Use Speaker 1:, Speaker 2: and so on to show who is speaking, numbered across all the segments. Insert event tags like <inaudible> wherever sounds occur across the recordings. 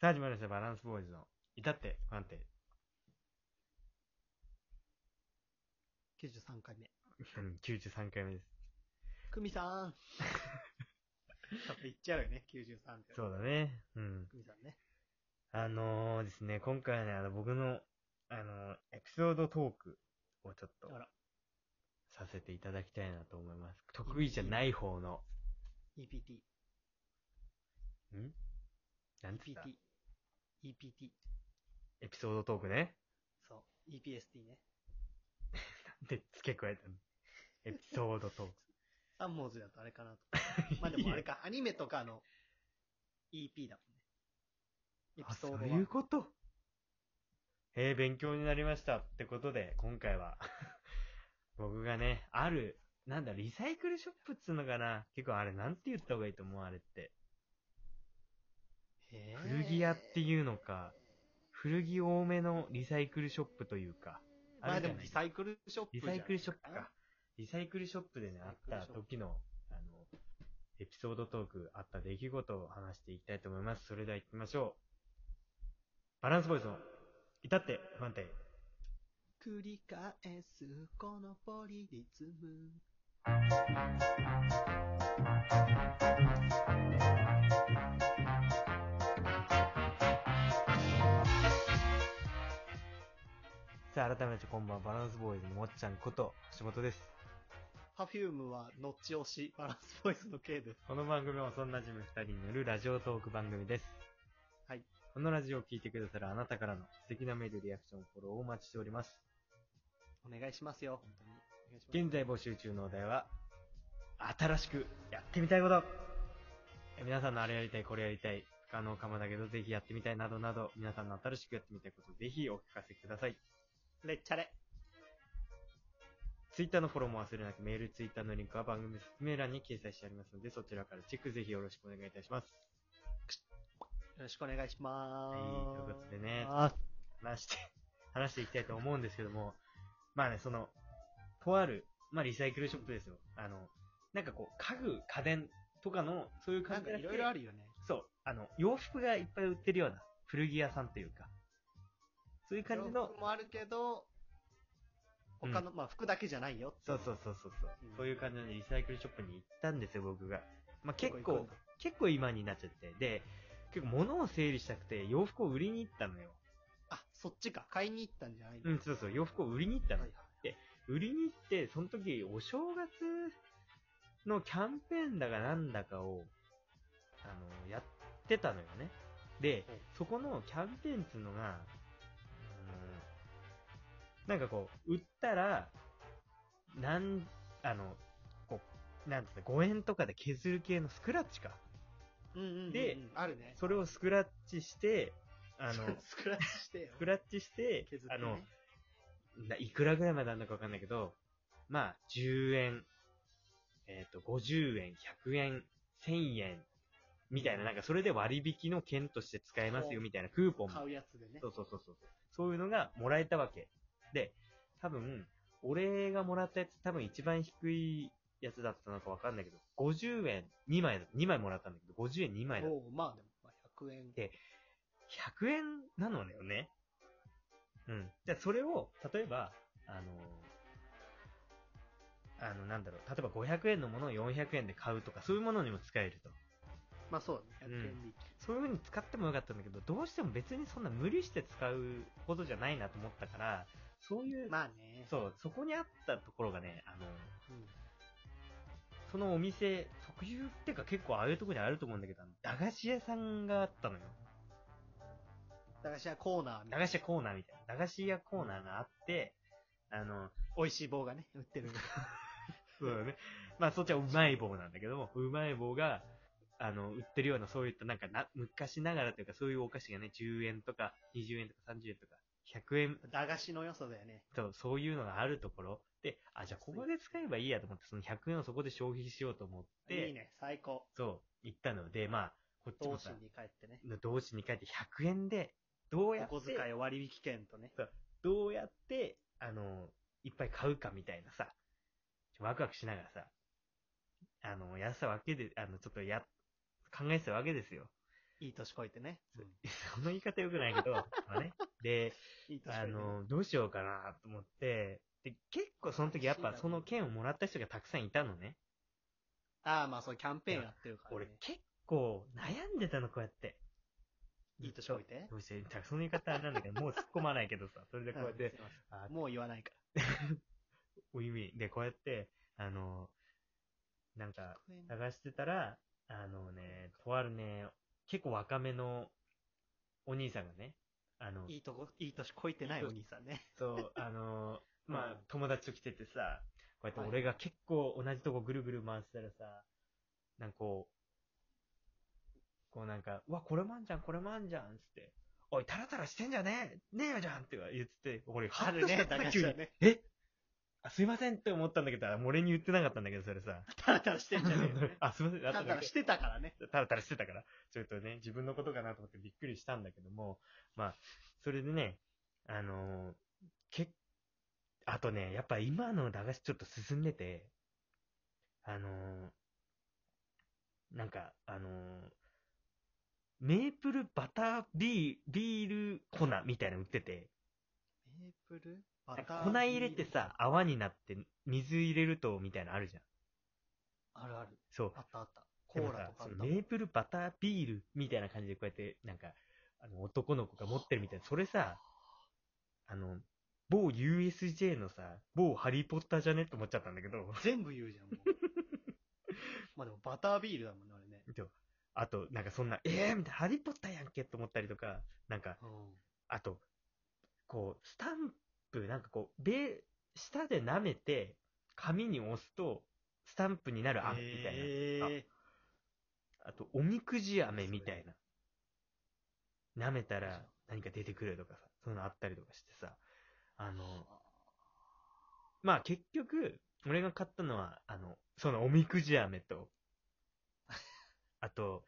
Speaker 1: さあ始まりました、バランスボーイズの、至って不安定。
Speaker 2: 93回目。
Speaker 1: うん、93回目です。
Speaker 2: 久美さんやっぱ言っちゃうよね、93って。
Speaker 1: そうだね。うん。
Speaker 2: 久美さんね。
Speaker 1: あのー、ですね、今回ね、あの、僕の、あのーエピソードトークをちょっと
Speaker 2: あ、ら、
Speaker 1: させていただきたいなと思います。得意じゃない方の、
Speaker 2: EPT、
Speaker 1: んなんつっ
Speaker 2: EPT
Speaker 1: た、
Speaker 2: EPT、
Speaker 1: エピソードトークね。
Speaker 2: そう、EPST ね。
Speaker 1: で、付け加えたの。エピソードトーク。
Speaker 2: 三文字だとあれかなと。 <laughs> まあでもあれか、アニメとかの EP だもんね。エ
Speaker 1: あ
Speaker 2: ピソード
Speaker 1: そ
Speaker 2: は
Speaker 1: ういうことえー、勉強になりましたってことで、今回は、 <laughs> 僕がね、ある、なんだ、リサイクルショップっつうのかな結構あれ、なんて言った方がいいと思うあれって。
Speaker 2: へー
Speaker 1: 古着屋っていうのか、古着多めのリサイクルショップというか、
Speaker 2: ま
Speaker 1: あ
Speaker 2: あ
Speaker 1: るじ
Speaker 2: で
Speaker 1: ゃ
Speaker 2: も
Speaker 1: ない
Speaker 2: リサイクルショップ
Speaker 1: リ
Speaker 2: じゃん
Speaker 1: サイクルショップか。。リサイクルショップでね、あ
Speaker 2: リサ
Speaker 1: っ
Speaker 2: イクルショッ
Speaker 1: た
Speaker 2: プ
Speaker 1: 時の、あの、エピソードトーク、あった出来事を話していきたいと思います。それでは行きましょう。バランスボイスの、至って不安定。
Speaker 2: 繰り返すこのポリリズム。
Speaker 1: さあ、改めてこんばんは、バランスボーイズのもっちゃんこと、橋本です。
Speaker 2: Perfume はノッチ推し、バランスボイスの K です。
Speaker 1: この番組はそんなじみ二人によるラジオトーク番組です。
Speaker 2: はい。
Speaker 1: このラジオを聞いてくださるあなたからの素敵なメール、リアクション、フォローをお待ちしております。
Speaker 2: お願いしますよ、本当に。お願いします
Speaker 1: 現在募集中のお題は、新しくやってみたいことえ皆さんのあれやりたい、これやりたい、不可能かもだけど、ぜひやってみたいなどなど、皆さんの新しくやってみたいこと、ぜひお聞かせください。
Speaker 2: レッチャレ。
Speaker 1: ツイッターのフォローも忘れなく、メール、ツイッターのリンクは番組説明欄に掲載してありますので、そちらからチェックぜひよろしくお願いいたします。
Speaker 2: よろしくお願いしま
Speaker 1: は
Speaker 2: す。
Speaker 1: い、ということでね、
Speaker 2: あ
Speaker 1: 話して、 <laughs> 話していきたいと思うんですけども、まあね、その、とある、まあリサイクルショップですよ。あの、なんかこう、家具、家電とかの、そういう
Speaker 2: な
Speaker 1: 感
Speaker 2: ん
Speaker 1: じ
Speaker 2: か
Speaker 1: が
Speaker 2: いろいろあるよね。
Speaker 1: そう、あの、洋服がいっぱい売ってるような、古着屋さんというか、そういう感じの
Speaker 2: 洋、服もあるけ
Speaker 1: う
Speaker 2: ど、
Speaker 1: ん
Speaker 2: 他の、まあ服だけじゃないよ。
Speaker 1: そうそうそうそうそう、
Speaker 2: うん
Speaker 1: そういう感じのリサイクルショップに行ったんですよ、僕が。まあ結
Speaker 2: 結構行
Speaker 1: 構
Speaker 2: くんだ、
Speaker 1: 結構今になっちゃって、で、結構物を整理したくて、洋服を売りに行ったのよ。
Speaker 2: あ、そっちか。買いに行ったんじゃないの
Speaker 1: うん、そうそう、洋服を売りに行ったの。
Speaker 2: はいはい
Speaker 1: 売りに行って、その時、お正月のキャンペーンだかなんだかを、あの、やってたのよね。で
Speaker 2: うん、
Speaker 1: そこのキャンペーンっつうのが、あのなんかこう、売ったら、なん、あの、こう、なんつうの、5円とかで削る系のスクラッチか。
Speaker 2: うんうんうんうん。
Speaker 1: で
Speaker 2: あるね。
Speaker 1: それをスクラッチして、
Speaker 2: <laughs>
Speaker 1: あの、
Speaker 2: スクラッチしてよ
Speaker 1: スクラッチして、
Speaker 2: 削って
Speaker 1: あ
Speaker 2: ね
Speaker 1: の、ないくらぐらいまであるのかわかんないけど、まあ、10円、えっ、と、50円、100円、1000円、みたいな、なんかそれで割引の券として使えますよ、みたいなクーポンも
Speaker 2: 買うやつでね
Speaker 1: そ。うそうそうそう。そういうのがもらえたわけ。で、多分、俺がもらったやつ、多分一番低いやつだったのかわかんないけど、50円2枚だ、2枚もらったんだけど、50円2枚だった。
Speaker 2: おうまあでも、まあ100円。
Speaker 1: で100円なのだよね。うん。じゃあそれを、例えば、あのー、あの、なんだろう、例えば500円のものを400円で買うとか、そういうものにも使えると。
Speaker 2: まあそうだね。
Speaker 1: うん
Speaker 2: 100円引き。
Speaker 1: そういう風に使ってもよかったんだけど、どうしても別にそんな無理して使うほどじゃないなと思ったから、そういう、
Speaker 2: まあね。
Speaker 1: そう、そこにあったところがね、あの、
Speaker 2: うん
Speaker 1: そのお店特有っていうか結構ああいうところにあると思うんだけど、あの駄菓子屋さんがあったのよ。
Speaker 2: 駄菓子屋コーナーみた
Speaker 1: 駄
Speaker 2: いな
Speaker 1: 菓子屋コーナーみたいな。駄菓子屋コーナーがあって、あの、
Speaker 2: 美味しい棒がね、売っ
Speaker 1: <laughs>
Speaker 2: てる。
Speaker 1: そうだね。まあ、そっちはうまい棒なんだけども、うまい棒が、あの、売ってるような、そういった、なんかな、昔ながらというか、そういうお菓子がね、10円とか、20円とか、30円とか、100円
Speaker 2: 駄菓子の良さだよね。
Speaker 1: と、そういうのがあるところ。で、あ、じゃあここで使えばいいやと思って、その100円をそこで消費しようと思って、
Speaker 2: いいね、最高。
Speaker 1: そう、行ったので、まあ、こっち
Speaker 2: 同
Speaker 1: も
Speaker 2: 心
Speaker 1: さ、
Speaker 2: に帰ってね。
Speaker 1: 同時に書いて100円で、どうやっ
Speaker 2: お小
Speaker 1: て、
Speaker 2: 遣い割引券とね。
Speaker 1: どうやって、あの、いっぱい買うかみたいなさ、ワクワクしながらさ、あの、やってたわけで、あの、ちょっとや、考えてたわけですよ。 <laughs>
Speaker 2: いい年こいてね。
Speaker 1: そうその言い方良くないけど、まあね。
Speaker 2: <laughs>
Speaker 1: で、
Speaker 2: いい年こ
Speaker 1: あ
Speaker 2: いてね。
Speaker 1: の、どうしようかなと思って、で、結構その時やっぱその券をもらった人がたくさんいたのね。
Speaker 2: ああ、まあそう、キャンペーンやってるから
Speaker 1: 俺
Speaker 2: ね。
Speaker 1: 結構悩んでたの、こうやって。
Speaker 2: いい年こいて。
Speaker 1: どうして、だからその言い方あれなんだ
Speaker 2: <laughs>
Speaker 1: けど、もう突っ込まないけどさ、それでこうやっ
Speaker 2: うん
Speaker 1: て
Speaker 2: す、いません
Speaker 1: あ
Speaker 2: もう言わないか
Speaker 1: お意味でこうやって、あの、なん
Speaker 2: ら
Speaker 1: か、。探してたら、あのね、とあるね、結構若めのお兄さんがね、あの、
Speaker 2: いいとこ、いい年こいてないお兄さんね。
Speaker 1: そう、あの、
Speaker 2: <laughs>
Speaker 1: ま
Speaker 2: う
Speaker 1: あ
Speaker 2: ん、
Speaker 1: 友達と来ててさ、こうやって
Speaker 2: はい
Speaker 1: 俺が結構同じとこぐるぐる回してたらさ、なんかこう、こうなんか、うわ、これもあんじゃん、これもあんじゃん、つって、おい、タラタラしてんじゃねえねえよじゃんって言ってて、俺、ハ
Speaker 2: あ
Speaker 1: ッと
Speaker 2: る
Speaker 1: し
Speaker 2: ね、
Speaker 1: た
Speaker 2: 駄
Speaker 1: ら
Speaker 2: 菓
Speaker 1: 急
Speaker 2: 子
Speaker 1: に
Speaker 2: 屋ね。
Speaker 1: えあすいませんって思ったんだけど、あ俺に言ってなかったんだけど、それさ。
Speaker 2: タラタラしてんじゃね
Speaker 1: <laughs>。
Speaker 2: えよね
Speaker 1: あ、すいません。
Speaker 2: タ
Speaker 1: あ
Speaker 2: ラタラしてたからね。
Speaker 1: タラタラしてたから、ちょっとね、自分のことかなと思ってびっくりしたんだけども、まあ、それでね、あのー、けあとね、やっぱ今の駄菓子ちょっと進んでて、あのー、なんか、あのー、メープルバタービービール粉みたいなの売ってて、
Speaker 2: メープルバ
Speaker 1: なん
Speaker 2: タ
Speaker 1: か
Speaker 2: ー。
Speaker 1: 粉入れてさ、。泡になって水入れると、みたいなのあるじゃん。
Speaker 2: あるある。
Speaker 1: そう。
Speaker 2: あったあった。コ
Speaker 1: でも
Speaker 2: ー
Speaker 1: さ
Speaker 2: ラとかあ
Speaker 1: そ
Speaker 2: っ
Speaker 1: の
Speaker 2: た。
Speaker 1: メープルバタービールみたいな感じでこうやって、なんか、あの、男の子が持ってるみたいな。それさ、あの、某 USJ のさ、某ハリーポッターじゃねって思っちゃったんだけど、 <laughs>
Speaker 2: 全部言うじゃん、もう。まあでもバタービールだもんね、あれね。
Speaker 1: あと、なんかそんな、えーみたいな、ハリーポッターやんけって思ったりとか、なんか、
Speaker 2: うん。
Speaker 1: あと、こう、スタンプ、なんかこう、で、舌で舐めて、紙に押すと、スタンプになるあんみたいな。
Speaker 2: え
Speaker 1: あと、おみくじ飴みたいな。舐めたら何か出てくるとかさ、そういうのあったりとかしてさ。あの、まあ結局、俺が買ったのは、あの、そのおみくじ飴
Speaker 2: <laughs>
Speaker 1: と、あと、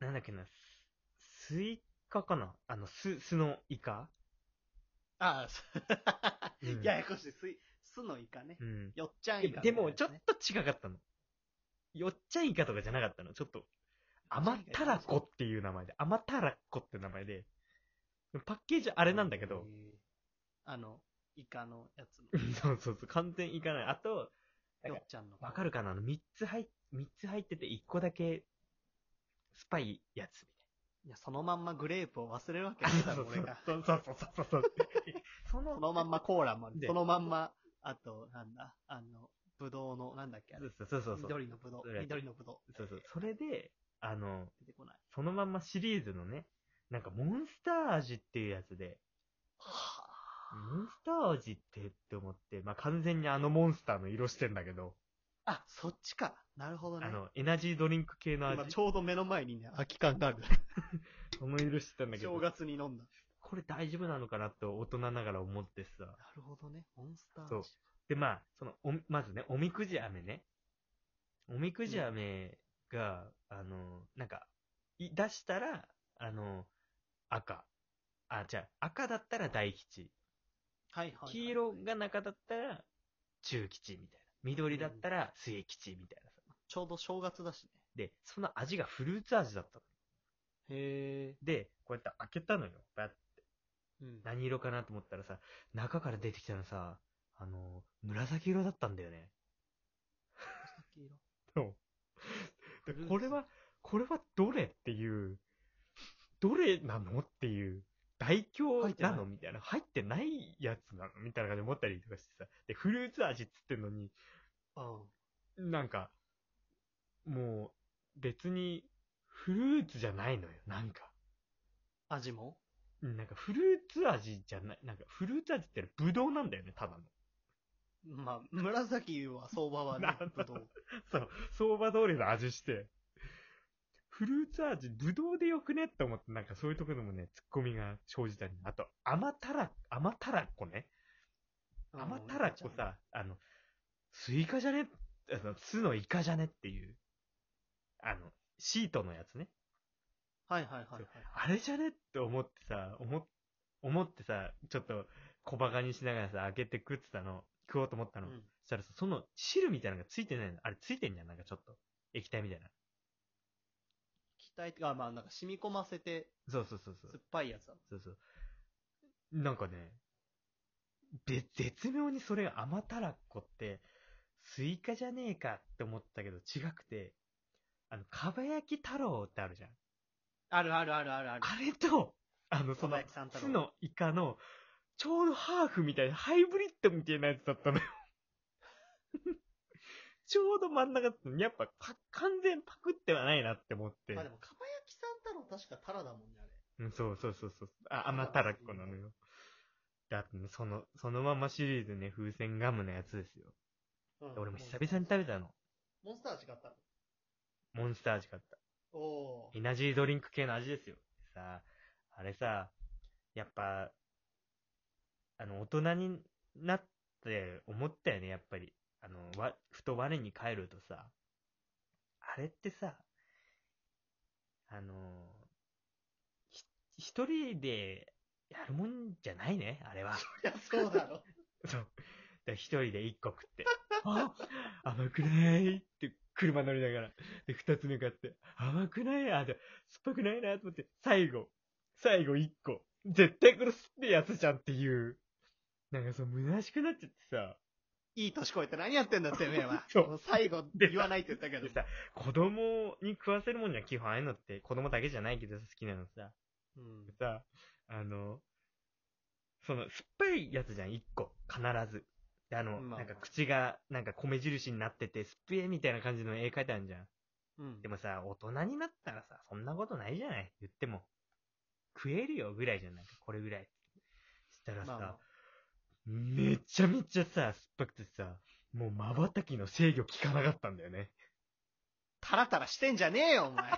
Speaker 1: なんだっけな、ススイカかなあの、す、すのイカ
Speaker 2: ーああ、そ
Speaker 1: うん
Speaker 2: ややこしい。すい、すのイカね。
Speaker 1: うん。
Speaker 2: よっちゃんイカみた
Speaker 1: で
Speaker 2: いな
Speaker 1: も、
Speaker 2: やつ
Speaker 1: ちょ
Speaker 2: ね、
Speaker 1: っと違かったの。よっちゃんイカとかじゃなかったの。ちょっと、アマタラコっていう名前で、アマタラコって名前で、パッケージあ
Speaker 2: あ
Speaker 1: れなんだけど、。
Speaker 2: あの、イカのやつ
Speaker 1: そうそうそう、完全いかない。あと、
Speaker 2: の。よっちゃんの。
Speaker 1: わかるかなあの、3つ入っ、三つ入ってて1個だけ、スパイやつ
Speaker 2: いや、そのまんまグレープを忘れるわけ
Speaker 1: みた
Speaker 2: ねえ
Speaker 1: いな。
Speaker 2: だろ、俺が。
Speaker 1: そうそうそうそうそうそう。その
Speaker 2: そのまんまコーラもある
Speaker 1: で
Speaker 2: そのまんま、あと、なんだ、あの、ぶどうの、なんだっけ、あ
Speaker 1: そ
Speaker 2: れ
Speaker 1: う。そうそうそう。そう
Speaker 2: 緑のぶど。
Speaker 1: そうれ
Speaker 2: 緑のぶどう。
Speaker 1: そうそう。それで、あの、
Speaker 2: 出てこない。
Speaker 1: そのまんまシリーズのね、なんかモンスター味っていうやつで、
Speaker 2: は
Speaker 1: モンスター味ってって思って、まあ、完全にあのモンスターの色してんだけど、
Speaker 2: あ、あそっちか。なるほどね
Speaker 1: あ。の、エナジードリンク系の
Speaker 2: 今
Speaker 1: 味
Speaker 2: ち、ょうど目の前にね、空き缶がある。
Speaker 1: <laughs> その色してたんだけ
Speaker 2: 正
Speaker 1: ど、
Speaker 2: 月に飲んだ。
Speaker 1: これ大丈夫なのかなと大人ながら思ってさ。
Speaker 2: なるほどね。モンスター味
Speaker 1: そうで、まあ、その、お、まずね、おみくじ飴ね。おみくじ飴が、あの、なんか、い出したら、あの、赤。あ、じゃ赤だったら大吉。
Speaker 2: はいはいはい。
Speaker 1: 黄色が中だったら中吉みたいな。緑だったら末吉みたいなさ。
Speaker 2: ちょうど正月だしね。
Speaker 1: で、その味がフルーツ味だったの。
Speaker 2: へ
Speaker 1: で、こうやって開けたのよ。バッ
Speaker 2: え。うん。
Speaker 1: 何色かなと思ったらさ、中から出てきたのさ、あの、紫色だったんだよね。
Speaker 2: 紫色。
Speaker 1: で
Speaker 2: フルーツ
Speaker 1: これは、これはどれっていう、どれなのっていう、大凶
Speaker 2: 入ってな
Speaker 1: ないのみたいな。入ってないやつなのみたいな感じで思ったりとかしてさ。で、フルーツ味っつってんのに、
Speaker 2: うん。
Speaker 1: なんか、もう、別に、フルーツじゃないのよ。なんか。
Speaker 2: 味も
Speaker 1: うんなんかフルーツ味じゃない、なんかフルーツ味ってブドウなんだよね、ただの。
Speaker 2: まあ、紫は相場はね
Speaker 1: なる、ほ
Speaker 2: ぶ
Speaker 1: ど
Speaker 2: どう。
Speaker 1: そう、相場通りの味して。フルーツ味、ブドウでよくねって思って、なんかそういうところでもね、ツッコミが生じたり。あと、甘たら、甘たらっこね。
Speaker 2: うん
Speaker 1: 甘たらっこ。さ、あの、スイカじゃねあの、酢のイカじゃねっていう。あの、シートのやつね。
Speaker 2: はいはいはいはい。
Speaker 1: あれじゃねって思ってさ、思っ、思ってさ、ちょっと小馬鹿にしながらさ、開けて食ってたの、食おうと思った
Speaker 2: う
Speaker 1: の。
Speaker 2: ん。
Speaker 1: そしたらさ、その汁みたいなのがついてないの。あれついてんじゃんなんかちょっと。液体みたいな。
Speaker 2: 聞い体あ、まあなんか染み込ませて、
Speaker 1: そうそうそうそ
Speaker 2: 酸
Speaker 1: う
Speaker 2: っ。ぱいやつだ。
Speaker 1: そうそう。なんかね、で、絶妙にそれが甘たらっこって、スイカじゃねえかって思ったけど違くて、あの、かば焼き太郎ってあるじゃん。
Speaker 2: あるあるあるあるある。
Speaker 1: あれと、あの、そ
Speaker 2: 蒲
Speaker 1: の、
Speaker 2: 焼さん太郎
Speaker 1: 酢のイカの、ちょうどハーフみたいな、ハイブリッドみたいなやつだ
Speaker 2: <laughs>
Speaker 1: ったのよ。ちょうど真ん中だったのやっぱパ、完全パクってはないなって思って。
Speaker 2: まあでも、かば焼きさん太郎確かタラだもんね、あれ。
Speaker 1: うん、そうそうそうそう。あ、甘たらっこなのよ。で、あとね、その、そのままシリーズね、風船ガムのやつですよ。で
Speaker 2: うん
Speaker 1: 俺も久々に食べたの。
Speaker 2: モンスター味買ったの。
Speaker 1: モンスター味買った。
Speaker 2: おお
Speaker 1: エナジードリンク系の味ですよ。さあ、あれさ、やっぱ、あの、大人になって思ったよね、やっぱり。あの、わ、ふと我に返るとさ、あれってさ、あの、ひ一人でやるもんじゃないね、あれは。
Speaker 2: いや、そうだろ。
Speaker 1: そう。で、一人で一個食って、あ甘くないって車乗りながら。で、二つ目買って、甘くないあ、で、酸っぱくないなと思って、最後、最後一個。絶対これ酸っぱいやつじゃんっていう。なんかそう、虚しくなっちゃってさ、
Speaker 2: いい年こいて何やってんだ、てめえは。
Speaker 1: <laughs> そう
Speaker 2: も最後、
Speaker 1: で
Speaker 2: 言わないって言ったけど
Speaker 1: で。さ、子供に食わせるもんじゃん、基本ああいうのって、子供だけじゃないけどさ、好きなのさ。
Speaker 2: うん。
Speaker 1: さ、あの、その、酸っぱいやつじゃん、一個。必ず。で、あの、
Speaker 2: まあ
Speaker 1: なんか口が、なんか米印になってて、酸っぱいみたいな感じの絵描いてあるじゃん。
Speaker 2: うん
Speaker 1: でもさ、大人になったらさ、そんなことないじゃない言っても。食えるよぐらいじゃん、なんかこれぐらい。したらさ、
Speaker 2: まあまあ
Speaker 1: めちゃめちゃさ、酸っぱくてさ、もう瞬きの制御効かなかったんだよね。
Speaker 2: タラタラしてんじゃねえよ、お前。